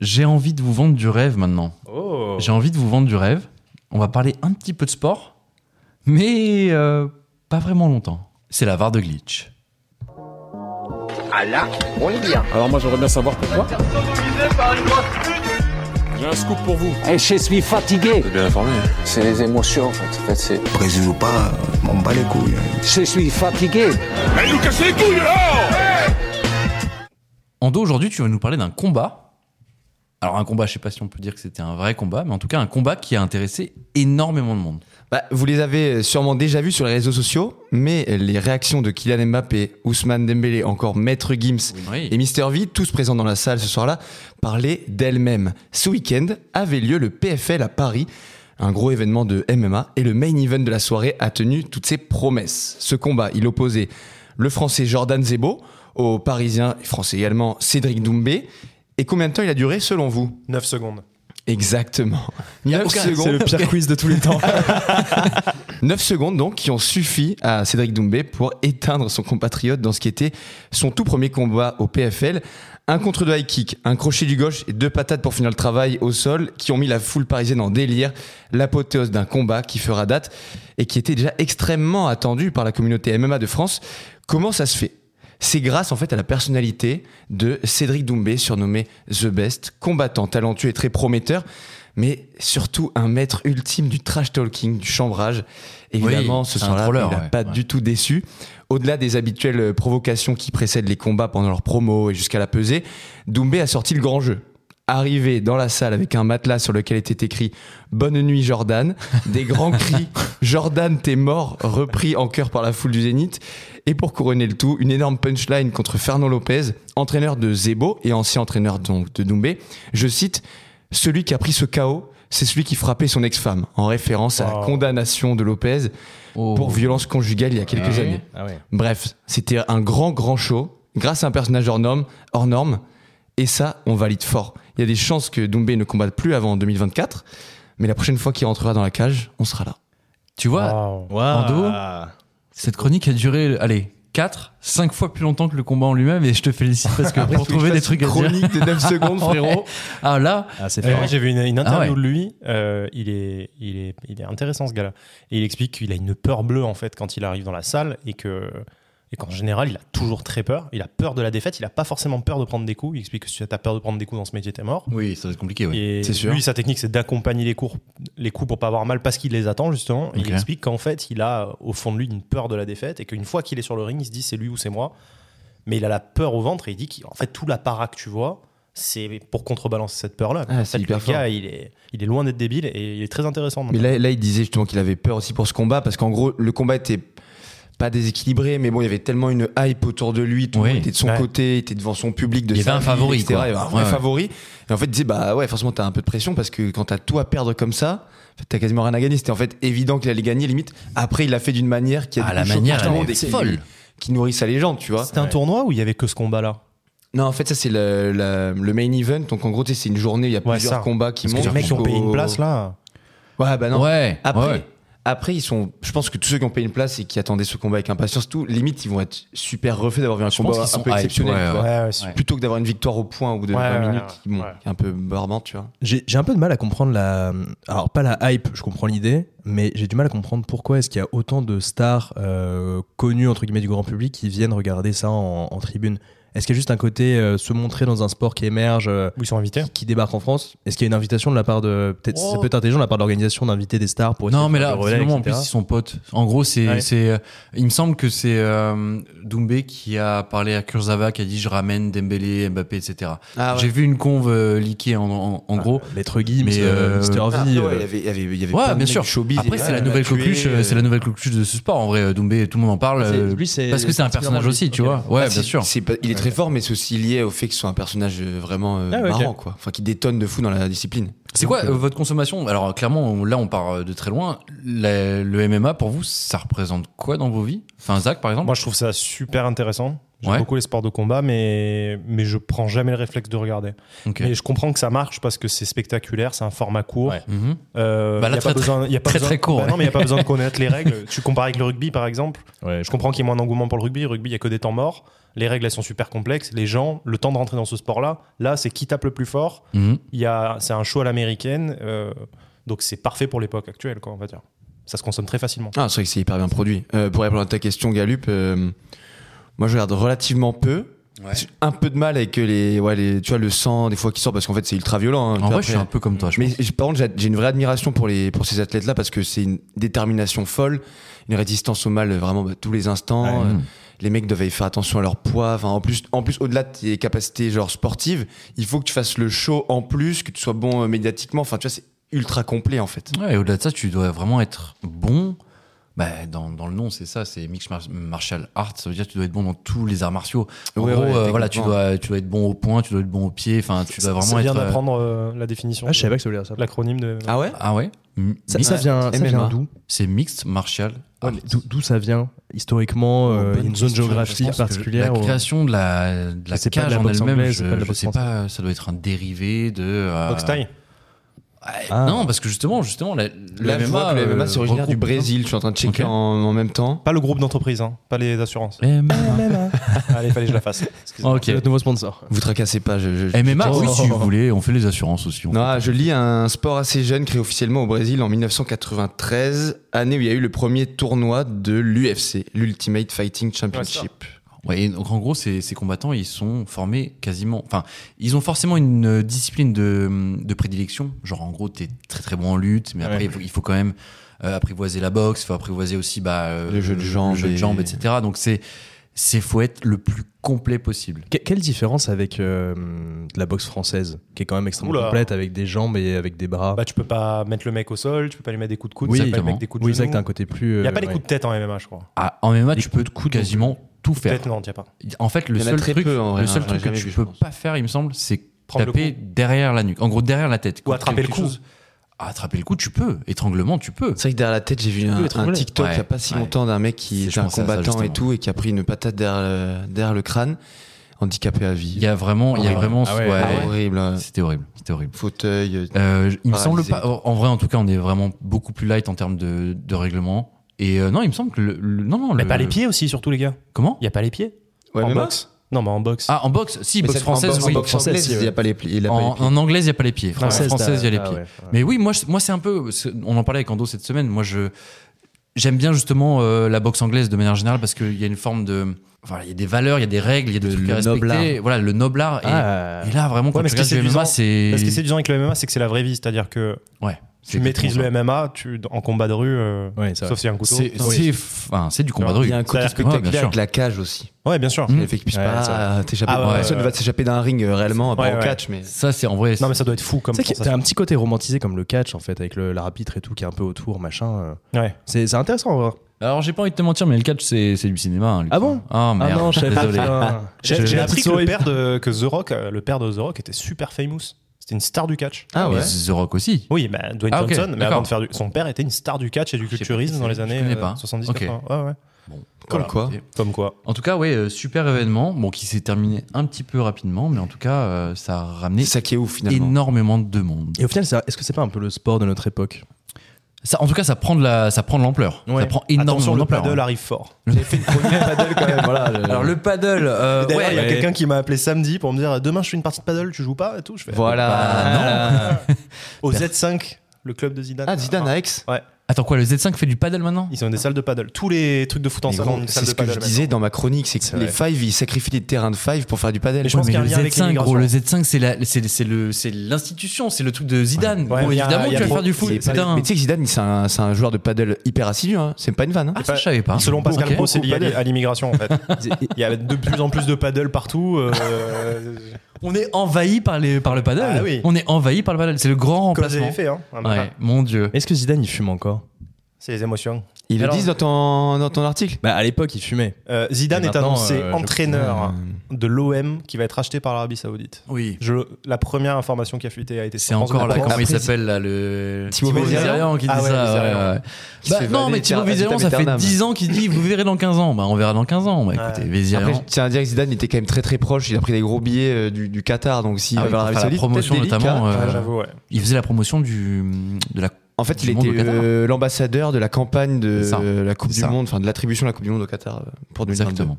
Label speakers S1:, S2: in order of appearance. S1: J'ai envie de vous vendre du rêve maintenant.
S2: Oh.
S1: J'ai envie de vous vendre du rêve. On va parler un petit peu de sport, mais euh, pas vraiment longtemps. C'est la VAR de glitch.
S3: Ah là, on est bien.
S4: Alors moi j'aimerais bien savoir pourquoi. J'ai un scoop pour vous.
S5: Et Eh, je suis fatigué.
S4: bien informé. hein.
S6: C'est les émotions en fait. En fait, c'est
S7: Brésil ou pas, on bat les couilles.
S5: Je suis fatigué.
S1: Ando, aujourd'hui, tu vas nous parler d'un combat. Alors, un combat, je sais pas si on peut dire que c'était un vrai combat, mais en tout cas, un combat qui a intéressé énormément de monde.
S8: Bah, vous les avez sûrement déjà vus sur les réseaux sociaux, mais les réactions de Kylian Mbappé, Ousmane Dembélé, encore Maître Gims
S1: Oui.
S8: et Mister V, tous présents dans la salle ce soir-là, parlaient d'elles-mêmes. Ce week-end avait lieu le PFL à Paris, un gros événement de MMA, et le main event de la soirée a tenu toutes ses promesses. Ce combat, il opposait le français Jordan Zebo au parisien et français également Cédric Doumbé. Et combien de temps il a duré selon vous
S2: 9 secondes.
S8: Exactement.
S1: a
S8: 9
S1: aucun-
S8: secondes.
S1: c'est le
S8: pire quiz de tous les temps. 9 secondes donc qui ont suffi à Cédric Doumbé pour éteindre son compatriote dans ce qui était son tout premier combat au PFL. Un contre deux high kick, un crochet du gauche et deux patates pour finir le travail au sol qui ont mis la foule parisienne en délire. L'apothéose d'un combat qui fera date et qui était déjà extrêmement attendu par la communauté MMA de France. Comment ça se fait c'est grâce en fait à la personnalité de Cédric Doumbé, surnommé The Best, combattant, talentueux et très prometteur, mais surtout un maître ultime du trash talking, du chambrage. Évidemment,
S1: Oui,
S8: ce
S1: c'est un
S8: soir-là,
S1: trolleur,
S8: il n'a
S1: ouais,
S8: pas
S1: ouais.
S8: du tout déçu. Au-delà des habituelles provocations qui précèdent les combats pendant leurs promos et jusqu'à la pesée, Doumbé a sorti le grand jeu. Arrivé dans la salle avec un matelas sur lequel était écrit Bonne nuit Jordan, des grands cris Jordan t'es mort, repris en chœur par la foule du Zénith, et pour couronner le tout, une énorme punchline contre Fernand Lopez, entraîneur de Zebo et ancien entraîneur donc de Doumbé. Je cite Celui qui a pris ce chaos, c'est celui qui frappait son ex-femme, en référence à la
S2: Wow.
S8: condamnation de Lopez
S1: Oh.
S8: pour violence conjugale il y a quelques années.
S2: Ah ouais.
S8: Bref, c'était un grand, grand show, grâce à un personnage hors norme, hors norme, et ça, on valide fort. Il y a des chances que Doumbé ne combatte plus avant 2024, mais la prochaine fois qu'il rentrera dans la cage, on sera là.
S1: Tu vois,
S2: Wow.
S1: Ando, cette chronique a duré, allez, 4, 5 fois plus longtemps que le combat en lui-même, et je te félicite parce que pour trouver des trucs à dire.
S8: Chronique de 9 secondes, frérot.
S1: Ouais. Ah là,
S9: Ah, c'est
S2: Euh,
S9: fort.
S2: oui, J'ai vu une, une
S1: Ah
S2: interview
S1: ouais.
S2: de lui. euh, il, est, il, est, il est intéressant ce gars-là. Et il explique qu'il a une peur bleue en fait quand il arrive dans la salle et que et qu'en général il a toujours très peur. Il a peur de la défaite. Il a pas forcément peur de prendre des coups. Il explique que si t'as peur de prendre des coups dans ce métier, t'es mort.
S1: oui, ça va être compliqué. ouais.
S2: et
S8: c'est sûr.
S2: lui, sa technique, c'est d'accompagner les, cours- les coups pour pas avoir mal parce qu'il les attend justement. Et
S1: Ok.
S2: il explique qu'en fait, il a au fond de lui une peur de la défaite et qu'une fois qu'il est sur le ring, il se dit c'est lui ou c'est moi. Mais il a la peur au ventre et il dit qu'en fait, tout l'apparat que tu vois, c'est pour contrebalancer cette peur-là.
S8: Ah,
S2: En
S8: c'est
S2: fait,
S8: hyper
S2: le
S8: fort.
S2: gars, il est, il est loin d'être débile et il est très intéressant.
S8: Mais là, là, il disait justement qu'il avait peur aussi pour ce combat, parce qu'en gros, le combat était pas déséquilibré, mais bon, il y avait tellement une hype autour de lui, tout le
S1: Oui.
S8: monde était de son
S2: Ouais.
S8: côté, il était devant son public, de
S1: Il y
S8: sa
S1: avait un
S8: vie,
S1: favori,
S8: etc.
S1: quoi.
S8: Il y avait un vrai
S1: Ouais, ouais.
S8: favori. Et en fait, il disait, bah ouais, forcément, t'as un peu de pression, parce que quand t'as tout à perdre comme ça, en fait, t'as quasiment rien à gagner. C'était en fait évident qu'il allait gagner, limite. Après, il l'a fait d'une manière qui a
S1: Ah,
S8: du
S1: la
S8: coup choqué
S1: manière,
S8: tout le
S1: elle
S8: monde
S1: est
S8: et qui-
S1: folle.
S8: Qui nourrit sa légende, tu vois.
S2: C'était un tournoi où il y avait que ce combat-là
S8: Non, en fait, ça, c'est le, la- le main event. Donc, en gros, tu sais, c'est une journée, il y a
S2: Ouais,
S8: plusieurs
S2: ça.
S8: combats qui
S2: Parce que
S8: montent.
S2: les mecs qui ont payé
S8: jusqu'au-
S2: une place là.
S8: Ouais, bah non.
S1: Ouais,
S8: Après,
S1: ouais.
S8: après, ils sont. Je pense que tous ceux qui ont payé une place et qui attendaient ce combat avec impatience, tout limite, ils vont être super refaits d'avoir vu un
S1: Je pense
S8: combat
S1: qu'ils
S8: un
S1: sont
S8: peu
S1: hype,
S8: exceptionnel.
S1: ouais,
S8: tu vois.
S2: ouais,
S1: super.
S8: Plutôt que d'avoir une victoire au point au bout de
S2: Ouais,
S8: 20
S2: ouais,
S8: minutes,
S2: ouais,
S8: qui, bon,
S2: ouais.
S8: qui est un peu barbante, tu vois.
S9: J'ai j'ai un peu de mal à comprendre la. Alors, pas la hype, je comprends l'idée, mais j'ai du mal à comprendre pourquoi est-ce qu'il y a autant de stars euh, connues, entre guillemets, du grand public qui viennent regarder ça en, en tribune. Est-ce qu'il y a juste un côté euh, se montrer dans un sport qui émerge, euh,
S2: Où ils sont invités.
S9: qui, qui débarque en France Est-ce qu'il y a une invitation de la part de. Peut-être ça peut être intelligent de la part de l'organisation d'inviter des stars pour essayer
S1: Non,
S9: de
S1: mais
S9: faire
S1: là,
S9: des relais,
S1: finalement, en plus,
S9: etc..
S1: ils sont potes. En gros, c'est,
S9: Ouais.
S1: c'est, euh, il me semble que c'est euh, Doumbé qui a parlé à Kurzawa, qui a dit je ramène Dembélé, Mbappé, etc.
S8: Ah
S1: J'ai vu une conve euh, liquée en, en, en gros.
S9: Maître Gims,
S1: Mais, euh,
S9: euh, Mr.
S8: Ah,
S9: V.
S8: ouais,
S9: euh,
S8: il y avait, il y avait, il y avait
S1: Ouais,
S8: plein de
S1: bien
S8: mecs
S1: sûr.
S8: du showbiz.
S1: Après,
S8: et
S1: c'est la
S8: tout.
S1: nouvelle
S8: Tué,
S1: coqueluche,
S8: euh,
S1: c'est la nouvelle coqueluche de ce sport. En vrai, euh, Doumbé, tout le monde en
S9: Ah,
S1: parle. euh, parce que c'est un personnage aussi, tu vois. Ouais,
S8: Ah,
S1: bien
S8: c'est-
S1: sûr.
S8: c'est pas- il est très fort, mais c'est aussi lié au fait que ce soit un personnage euh, vraiment euh,
S9: Ah ouais, ok.
S8: marrant, quoi. Enfin, qui détonne de fou dans la discipline.
S1: C'est quoi euh, votre consommation Alors clairement, on- là on part euh, de très loin. La- le MMA pour vous, ça représente quoi dans vos vies Enfin Zach par exemple
S2: Moi, je trouve ça super intéressant. J'aime
S1: Ouais.
S2: beaucoup les sports de combat, mais, mais je prends jamais le réflexe de regarder.
S1: Ok.
S2: Mais je comprends que ça marche parce que c'est spectaculaire, c'est un format court.
S9: Ouais.
S1: Mhm.
S2: Euh,
S1: Bah là,
S2: y a
S1: très,
S2: pas besoin, y a pas
S1: très,
S2: besoin-
S1: très court,
S2: Bah Non,
S1: ouais.
S2: mais il n'y a pas besoin de connaître les règles. tu compares avec le rugby, par exemple.
S9: Ouais,
S2: Je comprends qu'il y ait moins d'engouement pour le rugby. Le rugby, il n'y a que des temps morts. Les règles, elles sont super complexes. Les gens, le temps de rentrer dans ce sport-là, là, c'est qui tape le plus fort.
S1: Mhm.
S2: Il y a, c'est un show à l'américaine. euh, donc c'est parfait pour l'époque actuelle, quoi, on va dire. Ça se consomme très facilement.
S8: Ah, c'est vrai que c'est hyper bien produit. Euh, pour répondre à ta question, Galup, euh, moi je regarde relativement peu. J'ai un peu de mal avec les, ouais, les, tu vois, le sang des fois qui sort parce qu'en fait c'est ultra violent. hein.
S1: En
S8: Puis
S1: vrai, je suis
S8: après-
S1: un peu comme toi. Je
S8: Mais
S1: pense.
S8: j'ai- par contre, j'ai- j'ai une vraie admiration pour, les, pour ces athlètes-là parce que c'est une détermination folle, une résistance au mal euh, vraiment bah, tous les instants.
S1: Ouais.
S8: Euh,
S1: Mm.
S8: Les mecs doivent y faire attention à leur poids. Enfin, en plus, en plus au-delà de tes capacités genre sportives, il faut que tu fasses le show en plus, que tu sois bon euh, médiatiquement. Enfin, tu vois, c'est ultra complet en fait.
S1: Ouais, et au-delà de ça, tu dois vraiment être bon. Bah, dans, dans le nom, c'est ça, c'est Mixed Mar- Martial Arts. Ça veut dire que tu dois être bon dans tous les arts martiaux. En
S8: Ouais,
S1: gros,
S8: ouais,
S1: euh, voilà, tu
S8: techniquement.
S1: dois, tu dois être bon au point, tu dois être bon au pied. Enfin, tu dois
S2: ça
S1: vraiment
S2: vient
S1: être. euh,
S2: d'apprendre euh, la définition,
S9: Ah, je
S2: de-
S9: savais pas que ça voulait dire ça.
S2: l'acronyme de.
S8: Ah ouais
S1: Ah ouais M-
S9: Ça,
S1: mixed-
S9: ça vient, ça
S8: MMA.
S9: vient d'où
S1: C'est Mixed Martial Arts.
S9: Ouais, mais d'o- Ah, D'où ça vient historiquement
S8: Oh,
S9: euh,
S8: bonne
S9: Une zone
S8: question,
S9: géographique
S8: parce que
S9: particulière
S1: La
S9: ou-
S1: création de la, de la
S9: C'est pas de
S1: cage
S9: la
S1: en
S9: boxe
S1: elle-même,
S9: anglaise,
S1: je,
S9: c'est pas de la
S1: je
S9: boxe
S1: sais pas, ça doit être un dérivé de. euh,
S2: Boxe thaï.
S1: ouais,
S9: Ah.
S1: Non, parce que justement, justement, la, le
S8: Là, je vois que le MMA,
S1: euh,
S8: c'est originaire du
S1: regroupe-
S8: Brésil. Je suis en train de checker
S1: Ok.
S8: en, en même temps.
S2: Pas le groupe d'entreprise, hein, pas les assurances.
S1: MMA.
S2: Allez, fallait que je la fasse. Excusez-moi.
S1: Ok.
S9: C'est notre nouveau sponsor.
S8: Vous tracassez pas. Je, je- je-
S1: MMA, oui,
S9: Oh.
S1: si vous voulez, on fait les assurances aussi. on fait
S8: Non, je lis un sport assez jeune créé officiellement au Brésil en 1993, année où il y a eu le premier tournoi de l'UFC, l'Ultimate Fighting Championship.
S1: Ouais, et donc en gros, ces, ces combattants, ils sont formés quasiment. Enfin, ils ont forcément une euh, discipline de, de prédilection. Genre, en gros, t'es très très bon en lutte, mais après,
S2: Ouais.
S1: il, faut, il faut quand même euh, apprivoiser la boxe, il faut apprivoiser aussi bah, euh,
S8: Le jeu de jambes
S1: jeu de
S8: et-
S1: jambes, etc. Donc, c'est, c'est faut être le plus complet possible.
S9: Que- quelle différence avec euh, de la boxe française, qui est quand même extrêmement
S2: Oula.
S9: complète avec des jambes et avec des bras
S2: Bah, tu peux pas mettre le mec au sol, tu peux pas lui mettre des coups de coude,
S1: Oui,
S2: tu peux pas lui
S1: exactement.
S2: mettre des coups de
S9: Oui, c'est vrai
S2: genou.
S9: que t'as un côté plus.
S2: Il n'y a
S9: euh,
S2: pas les
S9: ouais.
S2: coups de tête en MMA, je crois.
S1: Ah, en MMA,
S9: Les
S1: tu peux quasiment tout faire.
S2: Peut-être non, tiens pas.
S1: En fait, le
S8: Il y en a
S1: seul
S8: très
S1: truc,
S8: peu, en vrai,
S1: le
S8: hein,
S1: seul
S8: j'en ai
S1: truc que
S8: jamais
S1: tu
S8: vu, je
S1: peux
S8: pense.
S1: pas faire, il me semble, c'est
S2: Prendre le
S1: taper
S2: coup.
S1: derrière la nuque. En gros, derrière la tête.
S2: Ou attraper le
S1: Quelque
S2: coup.
S1: chose- Attraper le coup, tu peux. Étranglement, tu peux.
S8: C'est vrai que derrière la tête, j'ai vu un,
S1: Oui,
S8: un
S1: étranglé.
S8: TikTok
S1: Ouais,
S8: il n'y a pas si
S1: ouais.
S8: longtemps d'un mec
S1: C'est-
S8: qui
S1: je
S8: était un
S1: pensais à ça,
S8: combattant et
S1: justement.
S8: tout et qui a pris une patate derrière le, derrière le crâne, handicapé à vie.
S1: Il y a vraiment, il y a
S9: Ah ouais.
S1: vraiment,
S9: Ah ouais.
S1: ouais.
S8: Ah, Horrible. hein.
S1: C'était horrible, c'était horrible.
S8: Fauteuil. euh,
S1: Euh, il me
S8: Paralysé.
S1: semble pas. En vrai, en tout cas, on est vraiment beaucoup plus light en termes de, de règlement. Et euh, non, il me semble que le, le- non non.
S2: Mais
S1: le-
S2: pas les pieds aussi, surtout les gars.
S1: Comment
S2: Il n'y a pas les pieds.
S8: Ouais,
S2: en
S8: mais
S2: boxe. Non, mais en boxe.
S1: Ah, en boxe, si
S8: Mais
S1: boxe
S8: cette- en
S1: française,
S8: boxe- en
S1: oui.
S8: boxe
S9: Française,
S8: anglaise,
S9: si, ouais.
S8: il n'y a pas les pli- il a pas les
S1: En,
S8: plis.
S1: en anglaise, il y a pas les pieds. Française,
S9: t'as-
S1: française, il y a les
S9: ah
S1: pieds.
S9: ouais, ouais.
S1: Mais oui, moi, je- moi c'est un peu. c'est- On en parlait avec Ando cette semaine. Moi, je j'aime bien justement euh, la boxe anglaise de manière générale parce qu'il y a une forme de. Enfin, il y a des valeurs, il y a des règles, il y a des
S9: Le
S1: trucs à respecter.
S9: noblard.
S1: Voilà, le noblard. Et,
S9: Ah,
S1: et là, vraiment, quand
S2: mais
S1: tu
S2: ce qui
S1: regardes
S2: est
S1: du MMA,
S2: séduisant-
S1: c'est.
S2: Parce que c'est du avec le MMA, c'est que c'est la vraie vie. C'est-à-dire que
S1: Ouais.
S2: tu maîtrises le MMA, tu, en combat de rue, euh,
S9: Ouais, c'est vrai.
S2: sauf si y a un couteau.
S1: C'est c'est- enfin, c'est du combat de rue.
S8: Il y a un côté
S2: Ouais,
S8: spectaculaire
S1: bien sûr.
S8: avec la cage aussi.
S2: Ouais, bien sûr.
S1: Mm.
S8: Le fait que tu puisses
S9: Ouais, c'est vrai.
S8: pas euh, t'échapper.
S2: Ah ouais,
S8: Personne
S2: ouais.
S8: ne va s'échapper d'un ring euh, réellement, à part
S2: Ouais,
S8: en
S2: ouais.
S8: catch, mais.
S1: Ça, c'est en vrai.
S2: Non, mais ça doit être fou comme
S9: C'est vrai qu'il y a- t'as
S2: sensation.
S9: un petit côté romantisé comme le catch en fait, avec le- l'arbitre et tout qui est un peu autour, machin. euh.
S2: Ouais.
S9: C'est c'est intéressant à voir.
S1: Alors, j'ai pas envie de te mentir, mais le catch, c'est c'est du cinéma. hein, lui.
S9: Ah bon
S1: Ah merde.
S9: Ah non, je savais pas.
S1: Désolé.
S9: putain.
S2: J'ai
S9: Je-
S2: j'ai
S9: la
S2: appris
S9: petite
S2: que le
S9: souris.
S2: père de que The Rock, euh, le père de The Rock était super famous. C'était une star du catch.
S8: Ah
S1: Mais
S8: ouais.
S1: The Rock aussi.
S2: Oui, bah, Dwayne
S1: Ah, ok,
S2: Johnson, mais
S1: d'accord.
S2: avant de faire du... son père était une star du catch et du
S1: sais pas
S2: culturisme
S1: qui
S2: dans les
S1: c'est, je
S2: années
S1: connais
S2: euh,
S1: pas.
S2: 70
S1: Ok.
S2: 80. Ouais, ouais.
S1: Bon.
S8: Comme
S1: Voilà.
S8: quoi.
S2: Comme quoi.
S1: En tout cas, ouais, euh, super événement, bon, qui s'est terminé un petit peu rapidement, mais en tout cas, euh, ça a ramené
S8: C'est ça qui est ouf finalement.
S1: énormément de monde.
S9: Et au final, ça- est-ce que c'est pas un peu le sport de notre époque
S1: Ça, en tout cas, ça prend de la, ça prend de l'ampleur.
S9: Ouais.
S1: Ça prend
S2: Attention,
S1: énormément
S2: le
S1: d'ampleur.
S2: paddle
S1: hein.
S2: arrive fort.
S1: Alors le paddle, euh,
S2: Et D'ailleurs,
S1: ouais,
S2: il y a
S1: ouais.
S2: quelqu'un qui m'a appelé samedi pour me dire demain je fais une partie de paddle, tu joues pas et tout. Je fais
S1: Bah,
S8: Voilà.
S2: au Z5, le club de Zidane.
S8: Ah, Zidane à Aix
S2: Ouais,
S1: Attends quoi, le Z5 fait du paddle maintenant
S2: ils ont des salles de paddle. Tous les trucs de foot en
S8: Mais
S2: salle
S8: gros,
S2: ont une
S8: C'est
S2: salle de
S8: ce que
S2: paddle.
S8: je disais dans ma chronique, c'est que
S9: C'est
S8: les
S9: vrai.
S8: Five, ils sacrifient des terrains de Five pour faire du padel.
S2: Mais je pense
S1: Ouais,
S2: qu'il y a
S1: mais
S2: un lien
S1: le
S2: avec
S1: Z5, gros, le
S2: l'immigration.
S1: Z5, c'est la, c'est, c'est le, c'est l'institution, c'est le truc de Zidane.
S2: Ouais,
S1: Gros,
S2: il y a-
S1: évidemment,
S2: il
S1: que
S2: y
S1: tu
S2: a
S1: vas
S2: des-
S1: faire du
S8: Mais
S1: foot.
S8: c'est pas-
S1: putain.
S8: Mais tu sais que Zidane, c'est un, c'est un joueur de padel hyper assidu, hein. c'est pas une vanne. hein.
S1: Ah, ça, je savais pas.
S2: Selon Pascal
S1: Ok.
S2: Pro, c'est lié à
S8: Beaucoup
S2: l'i- à l'immigration en fait. Il y a de plus en plus de paddle partout. euh,
S1: On est envahi par les, par le paddle.
S2: Ah oui.
S1: On est envahi par le paddle. C'est le grand
S2: Comme j'avais
S1: remplacement.
S2: fait. Hein.
S1: Ouais, mon dieu.
S9: Est-ce que Zidane il fume encore
S2: C'est les émotions.
S8: Ils le
S1: Alors-
S8: disent dans ton, dans ton article
S9: Bah, à l'époque, il fumait.
S2: Euh, Zidane est
S9: Et maintenant,
S2: annoncé
S9: euh, je-
S2: entraîneur
S8: Euh,
S2: de l'OM qui va être acheté par l'Arabie Saoudite.
S1: Oui.
S2: Je, la première information qui a fuité a été
S1: C'est
S2: sur France
S1: encore
S2: Bleu
S1: là,
S2: Provence.
S1: comment il
S8: Après,
S1: s'appelle là le
S8: Thibaut
S2: Vézérian
S1: qui dit
S2: Ah ouais,
S1: ça.
S2: Vézérian.
S1: ouais, ouais.
S8: Qui se
S1: Bah,
S8: fait
S1: non,
S8: vanner
S1: mais Thibaut
S8: par-
S1: Vézérian, ça
S8: Vitam
S1: fait
S8: Eternam.
S1: 10 ans qu'il dit vous verrez dans 15 ans. Bah, on verra dans 15 ans. Bah, écoutez,
S2: Ouais.
S1: Vézérian.
S8: Après, je tiens à dire que Zidane était quand même très très proche. Il a pris des gros billets euh, du, du Qatar, donc s'il
S1: Ah
S8: va
S1: oui,
S8: vers
S1: pour
S8: l'Arabie
S1: faire la
S8: Saoudite,
S1: promotion
S8: peut-être hein. délicat.
S1: notamment, euh,
S2: Ouais, Ah, J'avoue, ouais.
S1: Il faisait la promotion du, de la.
S8: En fait,
S1: du
S8: il
S1: monde au
S8: était
S1: Qatar.
S8: euh, l'ambassadeur de la campagne de
S1: C'est ça.
S8: euh, la Coupe
S1: C'est
S8: du
S1: ça.
S8: Monde, enfin de l'attribution de la Coupe du Monde au Qatar euh, pour 2022.
S1: Exactement.